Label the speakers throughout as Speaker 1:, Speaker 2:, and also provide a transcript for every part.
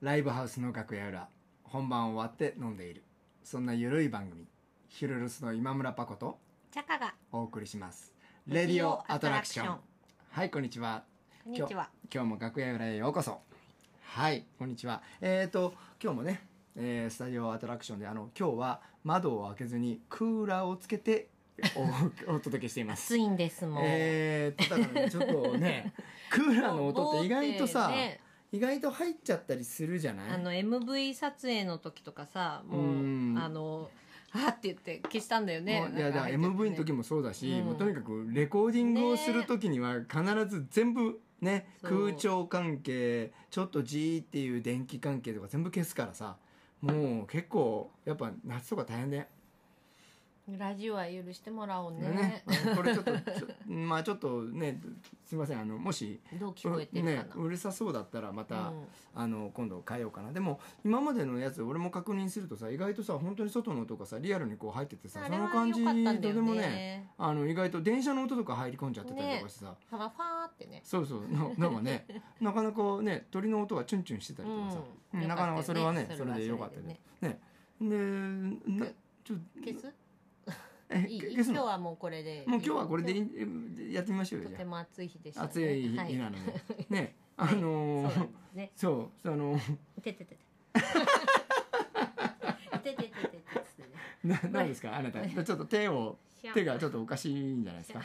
Speaker 1: ライブハウスの楽屋裏本番終わって飲んでいるそんなゆるい番組ヒルルスの今村パコと
Speaker 2: チャカが
Speaker 1: お送りしますレディオアトラクションはいこんにちは
Speaker 2: こんにちは
Speaker 1: 今日も楽屋裏へようこそはいこんにちはえっ、ー、と今日もね、えースタジオアトラクションであの今日は窓を開けずにクーラーをつけて おお届けしています
Speaker 2: 暑いんですもん、
Speaker 1: えーとだからねちょっとねクーラーの音って意外とさ、
Speaker 2: もうね
Speaker 1: 意外と入っちゃったりするじゃない
Speaker 2: あの MV 撮影の時とかさもう
Speaker 1: うん
Speaker 2: あのあーって言って消したんだよね
Speaker 1: もういやだから MV の時
Speaker 2: も
Speaker 1: もそうだし、
Speaker 2: うん
Speaker 1: もうとにかくレコーディングをする時には必ず全部ね
Speaker 2: そう
Speaker 1: 空調関係ちょっと G っていう電気関係とか全部消すからさもう結構やっぱ夏とか大変だよ
Speaker 2: ラジオは許してもらおう
Speaker 1: ね
Speaker 2: ね
Speaker 1: これちょっとちょまあちょっとねすいませんあのもし
Speaker 2: どう聞こえてるか
Speaker 1: ね
Speaker 2: な、
Speaker 1: うるさそうだったらまた、
Speaker 2: うん
Speaker 1: あの今度変えようかなでも今までのやつ俺も確認するとさ意外とさ本当に外の音がさリアルにこう入っててさ
Speaker 2: あ
Speaker 1: そ
Speaker 2: れ
Speaker 1: の
Speaker 2: は
Speaker 1: 感じ
Speaker 2: 良かったんだ
Speaker 1: と
Speaker 2: よ
Speaker 1: てもね
Speaker 2: ね
Speaker 1: あの意外と電車の音とか入り込んじゃってたりとかしてさ、
Speaker 2: ファファーってね
Speaker 1: そうそうななんか ねなかなかね鳥の音がチュンチュンしてたりとかさ、
Speaker 2: うん
Speaker 1: うんなかなかそれはね
Speaker 2: よかったよね
Speaker 1: それでよかったよねねでなちょ
Speaker 2: 消す
Speaker 1: え
Speaker 2: いい
Speaker 1: 消す
Speaker 2: 今日
Speaker 1: の
Speaker 2: はもうこれで
Speaker 1: もう今日はこれでいいえやってみましょうよ
Speaker 2: と
Speaker 1: じ
Speaker 2: て
Speaker 1: ゃ
Speaker 2: も暑い日でし
Speaker 1: あ
Speaker 2: たね
Speaker 1: 暑い日
Speaker 2: は
Speaker 1: なので、ねあ
Speaker 2: はい
Speaker 1: のー
Speaker 2: そうなんですね
Speaker 1: そうそうあのー
Speaker 2: てててて。ててててててつってね。
Speaker 1: な何ですかあなたちょっと手を
Speaker 2: シャン
Speaker 1: 手がちょっとおかしいんじゃないですか。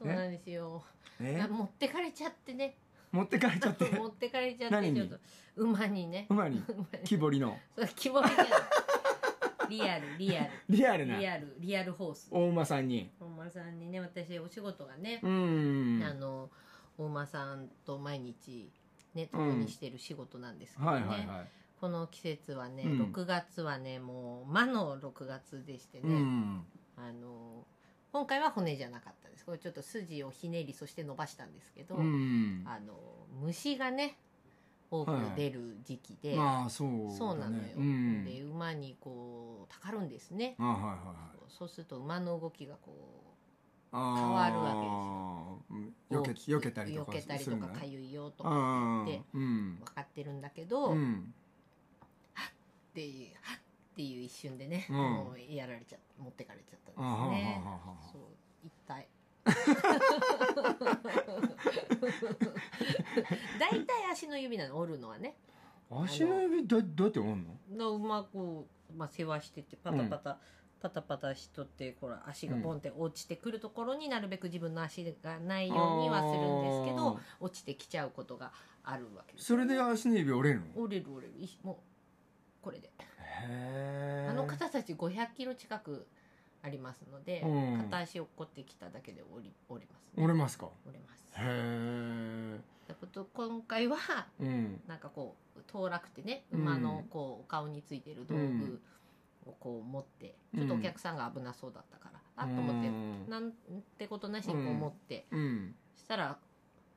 Speaker 2: そうなんですよ。
Speaker 1: ね
Speaker 2: あ、持ってかれちゃってね。
Speaker 1: 持ってかれちゃ って
Speaker 2: 持ってかれちゃっ
Speaker 1: 何
Speaker 2: て
Speaker 1: に
Speaker 2: ちょっと馬にね。
Speaker 1: 馬に
Speaker 2: 馬に
Speaker 1: 木彫りの
Speaker 2: そう気持ちがリアルリアル
Speaker 1: リアルな
Speaker 2: リアルリアルホース。
Speaker 1: 大馬さんに。
Speaker 2: 大間さんにね私お仕事がね、
Speaker 1: うん。
Speaker 2: あの大間さんと毎日ね共にしてる仕事なんですけど
Speaker 1: は
Speaker 2: ね。
Speaker 1: いはいはい。
Speaker 2: この季節はね、
Speaker 1: うん
Speaker 2: 6月はねもう魔の6月でしてね。
Speaker 1: うん。
Speaker 2: あの今回は骨じゃなかったですこれちょっと筋をひねりそして伸ばしたんですけど、
Speaker 1: うん。
Speaker 2: あの虫がね多く出る時期で、
Speaker 1: まあそうだね。
Speaker 2: そうなのよ、
Speaker 1: うん。
Speaker 2: で馬にこうたかるんですね、
Speaker 1: あはいはいはい。
Speaker 2: そうすると馬の動きがこ
Speaker 1: 変
Speaker 2: わるう
Speaker 1: わよ。
Speaker 2: 大
Speaker 1: け
Speaker 2: きく
Speaker 1: 避けたりとか
Speaker 2: 避けたりとかか
Speaker 1: い
Speaker 2: ゆいよとか
Speaker 1: ああ
Speaker 2: で
Speaker 1: うん
Speaker 2: 分かってるんだけど、
Speaker 1: う
Speaker 2: っ
Speaker 1: ん
Speaker 2: ていうはっっていう一瞬でね、
Speaker 1: うん
Speaker 2: もうやられちゃ持ってかれちゃった
Speaker 1: あはは
Speaker 2: んですね
Speaker 1: はは
Speaker 2: そう一 体大体足の指なの折るのはね
Speaker 1: は足の指どどうやって折るの
Speaker 2: のうまく、まあ、世話しててパタパタ、パタパタしとってほら足がポンって落ちてくるところになるべく自分の足がないようにはするんですけど
Speaker 1: あー
Speaker 2: 落ちてきちゃうことがあるわけです
Speaker 1: それで足の指折れるの
Speaker 2: 折れる折れるいもうこれで
Speaker 1: へえ
Speaker 2: あの方たち500キロ近くありますので、
Speaker 1: うん
Speaker 2: 片足落っこってきただけで折り折れます、
Speaker 1: 折れますか
Speaker 2: 折れます
Speaker 1: へえ
Speaker 2: だこと今回は
Speaker 1: うん
Speaker 2: なんかこう当落ってね
Speaker 1: うん
Speaker 2: 馬のこうお顔についてる道具をこう持って、
Speaker 1: うん
Speaker 2: ちょっとお客さんが危なそうだったから、あっと思って、
Speaker 1: 思
Speaker 2: なんてことなしにこう持って、
Speaker 1: うん
Speaker 2: したら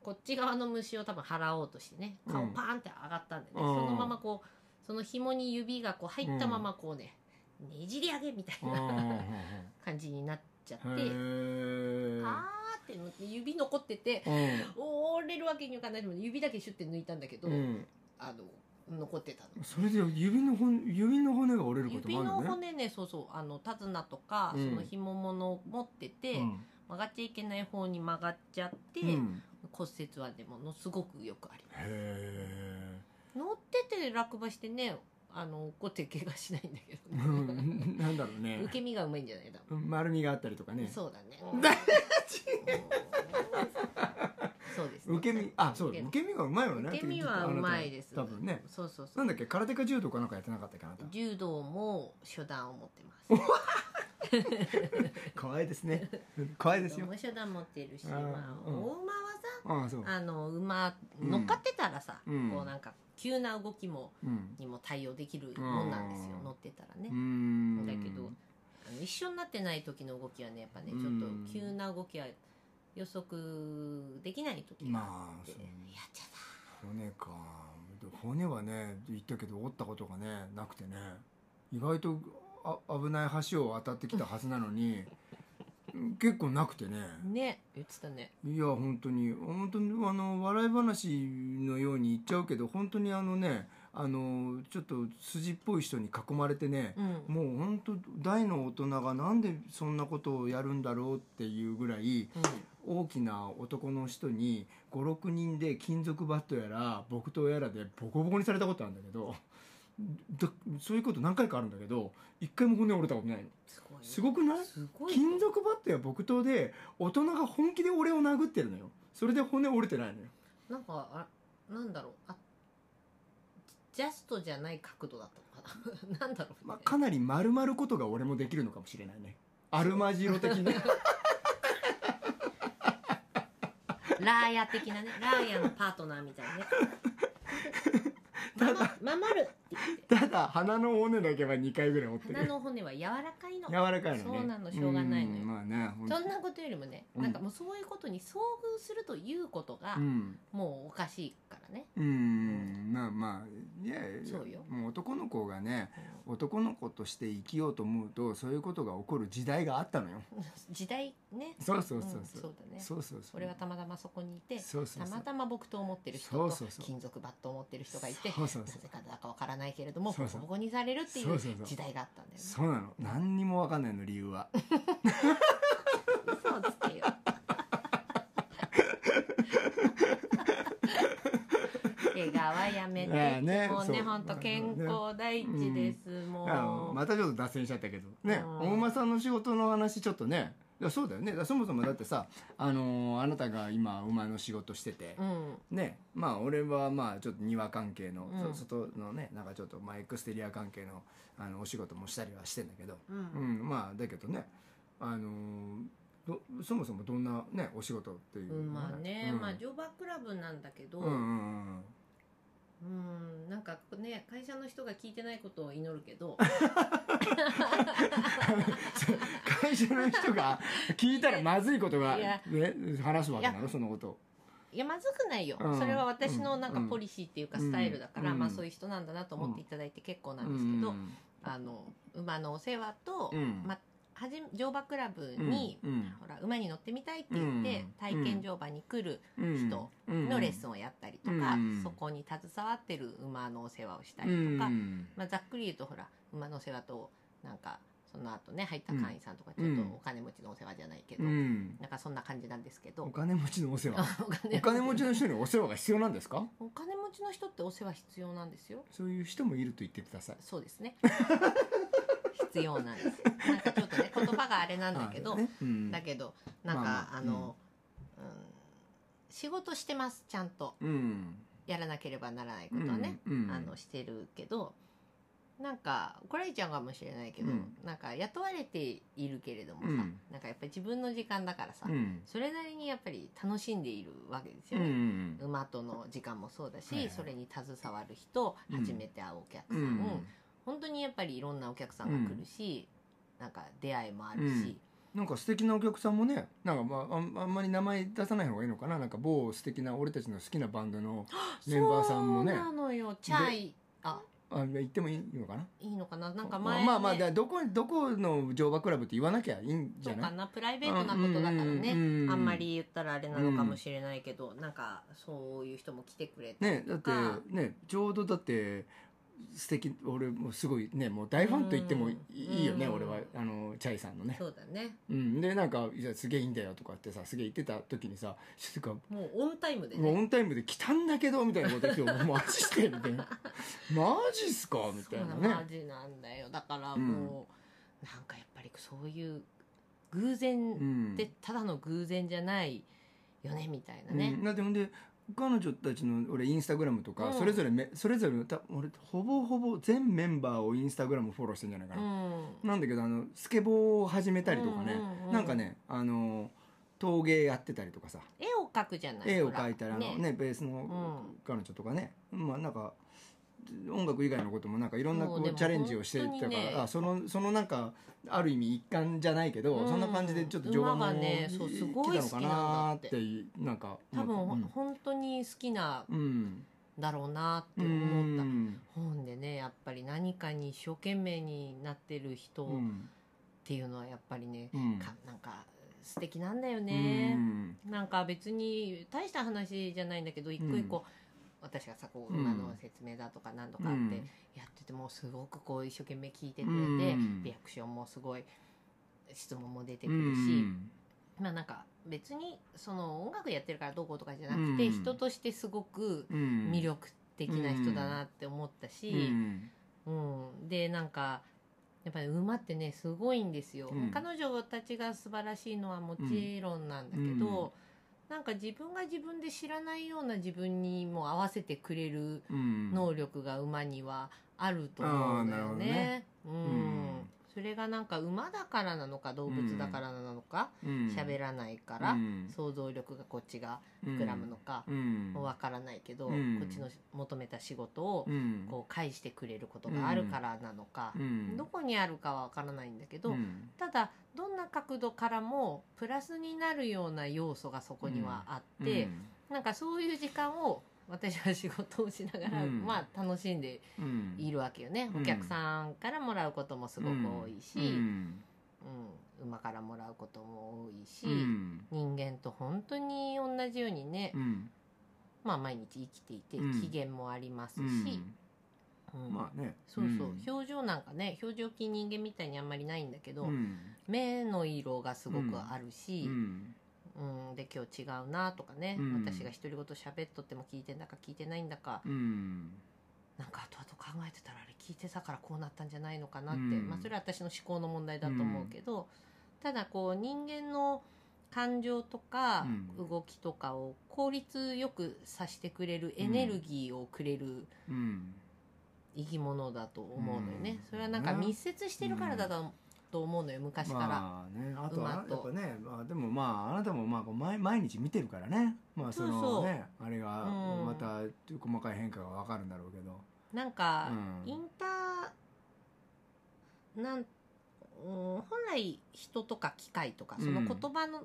Speaker 2: こっち側の虫を多分払おうとしてね顔
Speaker 1: うん
Speaker 2: パーンって上がったんでね、
Speaker 1: あー
Speaker 2: そのままこうその紐に指がこう入ったままこうね、ねじり上げみたい
Speaker 1: あー
Speaker 2: な感じになっちゃって、
Speaker 1: へえ
Speaker 2: あーってなって指残ってて折れるわけにはいかないので指だけシュッて抜いたんだけど、
Speaker 1: うんうん
Speaker 2: あの残ってたの
Speaker 1: それで指の骨指の骨が折れること
Speaker 2: 指
Speaker 1: もある
Speaker 2: の
Speaker 1: のね
Speaker 2: 骨ねそうそうあの手綱とか、
Speaker 1: うん
Speaker 2: その紐物を持ってて、曲がっちゃいけない方に曲がっちゃって、
Speaker 1: うんうん
Speaker 2: 骨折はでものすごくよくありま
Speaker 1: へえ
Speaker 2: す乗ってて落馬してねあの怒って怪我しないんだけ
Speaker 1: う
Speaker 2: どね、
Speaker 1: んなんだろうね
Speaker 2: 受け身がうまいんじゃないだ
Speaker 1: 丸みがあったりとかね
Speaker 2: そうだ ね
Speaker 1: だ
Speaker 2: そうです、
Speaker 1: 受け身あそう
Speaker 2: 受
Speaker 1: 受
Speaker 2: け
Speaker 1: け身がうまいわね
Speaker 2: 受け身はうまいです
Speaker 1: あなたは多分ね
Speaker 2: そうそうそう
Speaker 1: なんだっけ空手か柔道かなんかやってなかったっけあなた
Speaker 2: 柔道も初段を持って ます
Speaker 1: 怖いですね怖いですよ
Speaker 2: も初段持ってるし、
Speaker 1: あー
Speaker 2: まあ、
Speaker 1: う
Speaker 2: 大
Speaker 1: ん
Speaker 2: 馬はさ
Speaker 1: ああそう
Speaker 2: あの馬
Speaker 1: うん
Speaker 2: 乗っかってたらさ、
Speaker 1: うん
Speaker 2: こうなんか急な動きも
Speaker 1: うん
Speaker 2: にも対応できるもんなんですよ
Speaker 1: うん
Speaker 2: 乗ってたら
Speaker 1: う
Speaker 2: ね、
Speaker 1: ん
Speaker 2: だけどあの一緒になってない時の動きはねやっぱねちょっ
Speaker 1: うん
Speaker 2: と急な動きは予測できない時があ
Speaker 1: まあ
Speaker 2: って、
Speaker 1: そう
Speaker 2: やっちゃっ
Speaker 1: 骨か骨はね言ったけど折ったことがねなくてね意外とあ危ない橋を渡ってきたはずなのに結構なくてね
Speaker 2: たね言ってたね
Speaker 1: いや本当に本当にあの笑い話のように言っちゃうけど本当にあのねあのちょっと筋っぽい人に囲まれてね、
Speaker 2: うん
Speaker 1: もう本当大の大人がなんでそんなことをやるんだろうっていうぐらい大きな男の人に56人で金属バットやら木刀やらでボコボコにされたことあるんだけどだそういうこと何回かあるんだけど一回も骨折れたことないの
Speaker 2: すごいね
Speaker 1: すごくない
Speaker 2: すごいね
Speaker 1: 金属バットや木刀で大人が本気で俺を殴ってるのよそれで骨折れてないのよ
Speaker 2: なんかあなんだろうあジャストじゃない角度だったのかな なんだろう、ね
Speaker 1: まあ、かなり丸々ことが俺もできるのかもしれないねアルマジロ的 に
Speaker 2: ラーヤ的なねラーヤのパートナーみたいなね
Speaker 1: た
Speaker 2: ま守るって言って
Speaker 1: ただ鼻の骨だけは2回ぐらい折って
Speaker 2: 鼻
Speaker 1: る
Speaker 2: の骨は柔らかいの
Speaker 1: 柔らかいのね
Speaker 2: そうなのしょうがないのよ
Speaker 1: んまあねほん
Speaker 2: そんなことよりもね、
Speaker 1: うん
Speaker 2: なんかもうそういうことに遭遇するということが、
Speaker 1: うん
Speaker 2: もうおかしいからね、
Speaker 1: うんまあまあいやいや
Speaker 2: そうよ
Speaker 1: もう男の子がね男の子として生きようと思うとそういうことが起こる時代があったのよ
Speaker 2: 時代ね
Speaker 1: そうそうそう
Speaker 2: うん
Speaker 1: そう、
Speaker 2: だね
Speaker 1: そうそうそう
Speaker 2: 俺はたまたまそこにいて
Speaker 1: そうそうそう
Speaker 2: たまたま木刀を持ってる人
Speaker 1: そ
Speaker 2: と
Speaker 1: うそうそう
Speaker 2: 金属バットを持ってる人がいて
Speaker 1: そうそう
Speaker 2: な
Speaker 1: そう
Speaker 2: ぜかだかわからないけれども
Speaker 1: そ
Speaker 2: ボ
Speaker 1: うそ
Speaker 2: コ
Speaker 1: う
Speaker 2: ボコにされるってい
Speaker 1: そううそうそう
Speaker 2: 時代があったんだよね
Speaker 1: そうなの何にも分かんないの理由は
Speaker 2: 嘘をつけよ怪我はやめ
Speaker 1: いや
Speaker 2: て、
Speaker 1: ね
Speaker 2: もうね
Speaker 1: そう
Speaker 2: 本当健康第一です、
Speaker 1: いや
Speaker 2: もう、
Speaker 1: またちょっと脱線しちゃったけどね
Speaker 2: うん
Speaker 1: 大間さんの仕事の話ちょっとねいやそうだよねだからそもそもだってさ、あのーあなたが今馬の仕事してて、
Speaker 2: うん
Speaker 1: ねまあ俺はまあちょっと庭関係の、
Speaker 2: うん
Speaker 1: そ外のねなんかちょっとまあエクステリア関係のあのお仕事もしたりはしてんだけど、
Speaker 2: う
Speaker 1: うんん、まあだけどね、あのーどそもそもどんなねお仕事っていう
Speaker 2: う
Speaker 1: の
Speaker 2: ん、
Speaker 1: は
Speaker 2: まあね、
Speaker 1: うん
Speaker 2: まあ乗馬クラブなんだけど、
Speaker 1: うんうんうん
Speaker 2: うんなんかね会社の人が聞いてないことを祈る けど
Speaker 1: 会社の人が聞いたらまずいことが、
Speaker 2: いや
Speaker 1: ね、話すわけないのそのことを
Speaker 2: いやまずくないよ、
Speaker 1: うん
Speaker 2: それは私のなんか
Speaker 1: うん
Speaker 2: ポリシーっていうかスタイルだから、
Speaker 1: うん
Speaker 2: まあそういう人なんだなと思っていただいて結構なんですけ
Speaker 1: う
Speaker 2: ど、
Speaker 1: ん
Speaker 2: あの馬のお世話と、
Speaker 1: うん
Speaker 2: ま、はじ乗馬クラブに、
Speaker 1: うんうん
Speaker 2: ほら馬に乗ってみたいって言って、
Speaker 1: うん
Speaker 2: 体験乗馬に来る人のレッスンをやったりとか、
Speaker 1: うん
Speaker 2: そこに携わってる馬のお世話をした
Speaker 1: う
Speaker 2: りと
Speaker 1: ん
Speaker 2: か、
Speaker 1: うん
Speaker 2: まあ、ざっくり言うとほら馬の世話となんかその後ね入った会員さんとかちょっとお金持ちのお世話じゃないけど、
Speaker 1: うん
Speaker 2: なんかそんな感じなんですけど
Speaker 1: お金持ちのお世話
Speaker 2: お金
Speaker 1: お金持ちの人にお世話が必要なんですか
Speaker 2: お金持ちの人ってお世話必要なんですよ
Speaker 1: そういう人もいると言ってください
Speaker 2: そうですね 必要なんですなんかちょっとね言葉があれなんだけど、
Speaker 1: あねうん
Speaker 2: だけどなんか、
Speaker 1: まあまあ
Speaker 2: あの、うん仕事してますちゃんと
Speaker 1: うん
Speaker 2: やらなければならないことはね、
Speaker 1: うんうん
Speaker 2: あのしてるけどなんか怒られちゃうかもしれないけど、
Speaker 1: うん
Speaker 2: なんか雇われているけれどもさ、
Speaker 1: うん
Speaker 2: なんかやっぱり自分の時間だからさ、
Speaker 1: うん
Speaker 2: それなりにやっぱり楽しんでいるわけです
Speaker 1: う
Speaker 2: よね。
Speaker 1: ん
Speaker 2: 馬との時間もそうだし、
Speaker 1: はいはい
Speaker 2: それに携わる人
Speaker 1: うん
Speaker 2: 初めて会うお客
Speaker 1: う
Speaker 2: さん、
Speaker 1: ん
Speaker 2: 本当にやっぱりいろんなお客さんが来るし、なんか出会いもあるし、
Speaker 1: なんか素敵なお客さんもねなんかまああんあんまり名前出さない方がいいのかななんか某素敵な俺たちの好きなバンドのメンバーさんもね
Speaker 2: そうなのよチャイあ
Speaker 1: あ言ってもいいのかない
Speaker 2: いのかななんか
Speaker 1: まあ
Speaker 2: 前、ね、
Speaker 1: まあまあだからどこどこの乗馬クラブって言わなきゃいいんじ
Speaker 2: そ
Speaker 1: ゃ
Speaker 2: う
Speaker 1: な
Speaker 2: か
Speaker 1: い
Speaker 2: なプライベートなことだからね、
Speaker 1: うんうんうん
Speaker 2: あんまり言ったらあれなのかもしれないけど、なんかそういう人も来てくれて、
Speaker 1: ねだって
Speaker 2: あ
Speaker 1: ねちょうどだって素敵俺もすごいねもう大ファンと言ってもいいよね
Speaker 2: うん
Speaker 1: 俺はあのチャイさんのね
Speaker 2: そうだね
Speaker 1: うんでなんか「いやすげえいいんだよ」とかってさすげえ言ってた時にさ「ちょっとなんか
Speaker 2: もうオンタイムで
Speaker 1: もうオ
Speaker 2: ね
Speaker 1: ンタイムで来たんだけど」みたいなこと言って「マジして」 みたいな「マジっすか」み
Speaker 2: そ
Speaker 1: た
Speaker 2: う
Speaker 1: い
Speaker 2: な
Speaker 1: な
Speaker 2: マ
Speaker 1: ね
Speaker 2: ジなんだよだからもう、なんかやっぱりそういう偶然
Speaker 1: う
Speaker 2: っ
Speaker 1: ん
Speaker 2: てただの偶然じゃないよねみたいな
Speaker 1: う
Speaker 2: ね
Speaker 1: ん、だってほんで彼女たちの俺インスタグラムとか、
Speaker 2: うん
Speaker 1: それぞれめそれぞれた俺ほぼほぼ全メンバーをインスタグラムフォローしてんじゃないか
Speaker 2: う
Speaker 1: な、
Speaker 2: ん、
Speaker 1: なんだけどあのスケボーを始めたりとかね、
Speaker 2: うんうんうん
Speaker 1: なんかねあの陶芸やってたりとかさ
Speaker 2: 絵を描くじゃない
Speaker 1: 絵を
Speaker 2: ほら
Speaker 1: 描いたらあの、ねベースの
Speaker 2: うん
Speaker 1: 彼女とかね、まあなんか音楽以外のこともなんかいろんな
Speaker 2: そう
Speaker 1: こ
Speaker 2: で
Speaker 1: う
Speaker 2: も
Speaker 1: チャレンジをしてたから、
Speaker 2: 本当にね
Speaker 1: あそのそのなんかある意味一環じゃないけど、
Speaker 2: うん
Speaker 1: そんな感じでちょっと情報
Speaker 2: 馬
Speaker 1: も
Speaker 2: がねそうすご
Speaker 1: 来
Speaker 2: い
Speaker 1: たのかなーっていうなんか
Speaker 2: 多分、
Speaker 1: うん
Speaker 2: 本当に好きな
Speaker 1: うん
Speaker 2: んだろうなって思った、本でねやっぱり何かに一生懸命になってる人
Speaker 1: う
Speaker 2: っ
Speaker 1: ん
Speaker 2: ていうのはやっぱりね、
Speaker 1: うん
Speaker 2: かなんか素敵なんだよ
Speaker 1: う
Speaker 2: ね、
Speaker 1: ん
Speaker 2: なんか別に大した話じゃないんだけど一個一個、私がさこ
Speaker 1: う
Speaker 2: うん馬の説明だとか何とかっ
Speaker 1: うん
Speaker 2: てやっててもうすごくこう一生懸命聞いてくれて
Speaker 1: うん
Speaker 2: リアクションもすごい質問も出て
Speaker 1: う
Speaker 2: くるし、
Speaker 1: ん
Speaker 2: まあなんか別にその音楽やってるからどうこうとかじゃなくて、
Speaker 1: うん
Speaker 2: 人としてすごく
Speaker 1: うん
Speaker 2: 魅力的な人だなって思ったし、
Speaker 1: うん
Speaker 2: うん、でなんかやっぱり馬ってねすごいんですよ、
Speaker 1: うん
Speaker 2: 彼女たちが素晴らしいのはもちろんなんだけど、
Speaker 1: うん
Speaker 2: なんか自分が自分で知らないような自分にも合わせてくれる
Speaker 1: うん
Speaker 2: 能力が馬にはあると思うんだよね。うん
Speaker 1: うん
Speaker 2: それがなんか馬だからなのか動物だからなのか
Speaker 1: うん
Speaker 2: 喋、らないから、
Speaker 1: うん
Speaker 2: 想像力がこっちが膨らむのか
Speaker 1: うん
Speaker 2: わからないけど、
Speaker 1: うん
Speaker 2: こっちの求めた仕事を、
Speaker 1: うん
Speaker 2: こう返してくれることがあるからなのか、
Speaker 1: うん
Speaker 2: どこにあるかはわからないんだけど、
Speaker 1: うん
Speaker 2: ただどんな角度からもプラスになるような要素がそこにはあって、なんかそういう時間を私は仕事をしながら、
Speaker 1: うん
Speaker 2: まあ楽しんで
Speaker 1: うん
Speaker 2: いるわけよね、
Speaker 1: うん
Speaker 2: お客さんからもらうこともすごく多いし、
Speaker 1: う
Speaker 2: うん
Speaker 1: ん
Speaker 2: 馬からもらうことも多いし、
Speaker 1: うん
Speaker 2: 人間と本当に同じようにね、
Speaker 1: うん
Speaker 2: まあ毎日生きていて
Speaker 1: うん
Speaker 2: 期限もありますし、
Speaker 1: う
Speaker 2: うん
Speaker 1: んまあね
Speaker 2: そうそう、
Speaker 1: ん
Speaker 2: 表情なんかね表情筋人間みたいにあんまりないんだけど、
Speaker 1: うん
Speaker 2: 目の色がすごくあるし
Speaker 1: う、ん
Speaker 2: うんで今日違うなとかね、
Speaker 1: うん
Speaker 2: 私が独り言喋っとっても聞いてんだか聞いてないんだか、
Speaker 1: うん
Speaker 2: なんか後々考えてたらあれ聞いてたからこうなったんじゃないのかなって、
Speaker 1: うん
Speaker 2: まあ、それは私の思考の問題だと思うけど、ただこう人間の感情とか
Speaker 1: うん
Speaker 2: 動きとかを効率よくさせてくれるエネルギーをくれる、
Speaker 1: うん
Speaker 2: 生き物だと思うのよ
Speaker 1: う
Speaker 2: ね、
Speaker 1: ん
Speaker 2: それはなんか密接してるからだと,、と思うのよ昔から、
Speaker 1: まあねあとはや
Speaker 2: 馬と
Speaker 1: っぱねまあでもまああなたもまあこう毎毎日見てるからねまあそ
Speaker 2: そ
Speaker 1: の
Speaker 2: うそう
Speaker 1: ねあれが
Speaker 2: うん
Speaker 1: また細かい変化がわかるんだろうけど
Speaker 2: なんか、
Speaker 1: うん
Speaker 2: インターなん、うん、本来人とか機械とかその
Speaker 1: うん
Speaker 2: 言葉の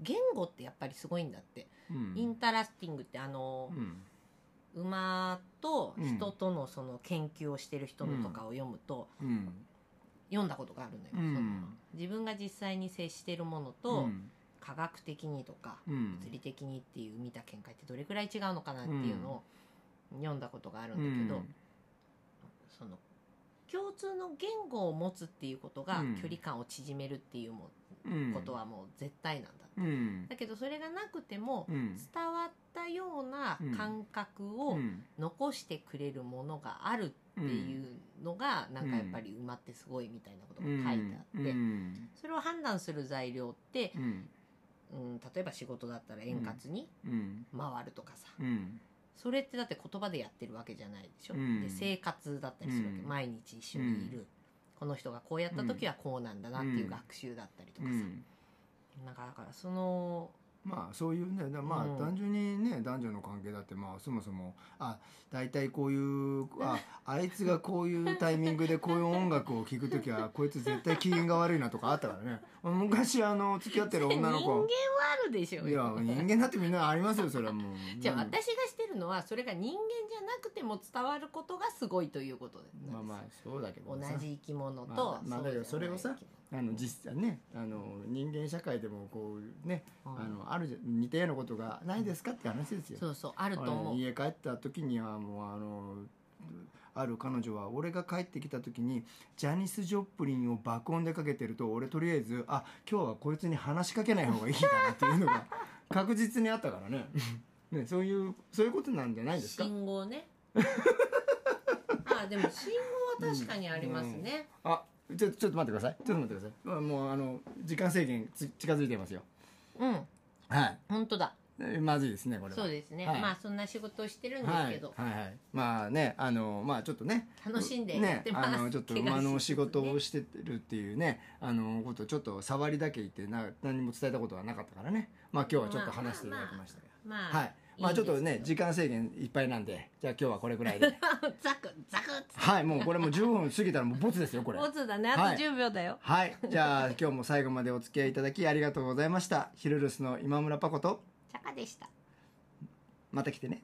Speaker 2: 言語ってやっぱりすごいんだって、
Speaker 1: うん
Speaker 2: インタラスティングってあの
Speaker 1: う、ん
Speaker 2: 馬と人とのその研究をしてる人のとかを読むと、
Speaker 1: うん
Speaker 2: 読んだことがあるのよ、
Speaker 1: うん
Speaker 2: その自分が実際に接してるものと、
Speaker 1: うん
Speaker 2: 科学的にとか
Speaker 1: うん
Speaker 2: 物理的にっていう見た見解ってどれくらい違うのかなっていうのを読んだことがあるんだけど、その共通の言語を持つっていうことが
Speaker 1: うん
Speaker 2: 距離感を縮めるっていうも
Speaker 1: うん
Speaker 2: ことはもう絶対なんだ、
Speaker 1: うん
Speaker 2: だけどそれがなくても
Speaker 1: うん
Speaker 2: 伝わったような感覚
Speaker 1: う
Speaker 2: を
Speaker 1: ん
Speaker 2: 残してくれるものがあるっていうのがなんかやっぱり馬ってすごいみたいなことが書いてあっ
Speaker 1: う
Speaker 2: て
Speaker 1: ん
Speaker 2: それを判断する材料って
Speaker 1: う、ん
Speaker 2: うん、例えば仕事だったら円滑に
Speaker 1: うん
Speaker 2: 回るとかさ
Speaker 1: うん
Speaker 2: それってだって言葉でやってるわけじゃないでしょ、
Speaker 1: うん
Speaker 2: で生活だったりするわけ、
Speaker 1: うん
Speaker 2: 毎日一緒にいる、この人がこうやった時はこうなんだなっていう学習だったりと
Speaker 1: う
Speaker 2: かさ、
Speaker 1: ん
Speaker 2: なんかだからその
Speaker 1: まあそういうねだま
Speaker 2: うん
Speaker 1: あ単純にね男女の関係だってまあそもそもあ大体こういうああいつがこういうタイミングでこういう音楽を聴く時はこいつ絶対機嫌が悪いなとかあったからね昔あの付き合ってる
Speaker 2: 人間
Speaker 1: 女
Speaker 2: は
Speaker 1: の子
Speaker 2: あるでしょ
Speaker 1: いや人間だってみんなありますよそれはもう
Speaker 2: じゃあ私がしてるのはそれが人間じゃなくても伝わることがすごいということなんです、
Speaker 1: まあまあそうだけど
Speaker 2: 同
Speaker 1: さ
Speaker 2: じ生き物と、
Speaker 1: まあまあ
Speaker 2: うじゃない
Speaker 1: だけどそれをさ
Speaker 2: 生き
Speaker 1: あの実際ねあの人間社会でもこうね
Speaker 2: 物うん
Speaker 1: あのあるじゃ似たようなことがないですかって話ですよ
Speaker 2: そうそうあると思う
Speaker 1: あの家帰った時にはもうあのある彼女は俺が帰ってきた時にジャニス・ジョプリンを爆音でかけてると俺とりあえずあ今日はこいつに話しかけない方がいいんだなっていうの が確実にあったからねねそういうそういうことなんじゃないですか
Speaker 2: 信号ね あでも信号は確かにありますね、
Speaker 1: あちょちょっと待ってくださいちょっと待ってくださいまあもうあの時間制限つ近づいてますよ
Speaker 2: うん、
Speaker 1: はい
Speaker 2: 本当だ
Speaker 1: えまずいですねこれは
Speaker 2: そうですね、
Speaker 1: はい
Speaker 2: まあそんな仕事をしてるんです
Speaker 1: はい
Speaker 2: けど、
Speaker 1: はいはいまあねあのまあちょっとね
Speaker 2: 楽しんでやってます、
Speaker 1: ね、あのちょっと
Speaker 2: 怪我し
Speaker 1: 馬の仕事を
Speaker 2: ね
Speaker 1: してるっていうねあのことちょっと触りだけ言ってな何も伝えたことはなかったからねまあ今日はちょっと話していただきましたが、
Speaker 2: まあ、
Speaker 1: はいまあちょっとね
Speaker 2: いいんです
Speaker 1: 時間制限いっぱいなんでじゃあ今日はこれぐらい で
Speaker 2: けどザクザクっつって
Speaker 1: はいもうこれもう15分過ぎたらもうボツですよこれ
Speaker 2: ボツだねあ
Speaker 1: はい
Speaker 2: と10秒だよ、
Speaker 1: はいじゃあ今日も最後までお付き合いいただきありがとうございましたヒルルスの今村パコと
Speaker 2: チャカでした
Speaker 1: また来てね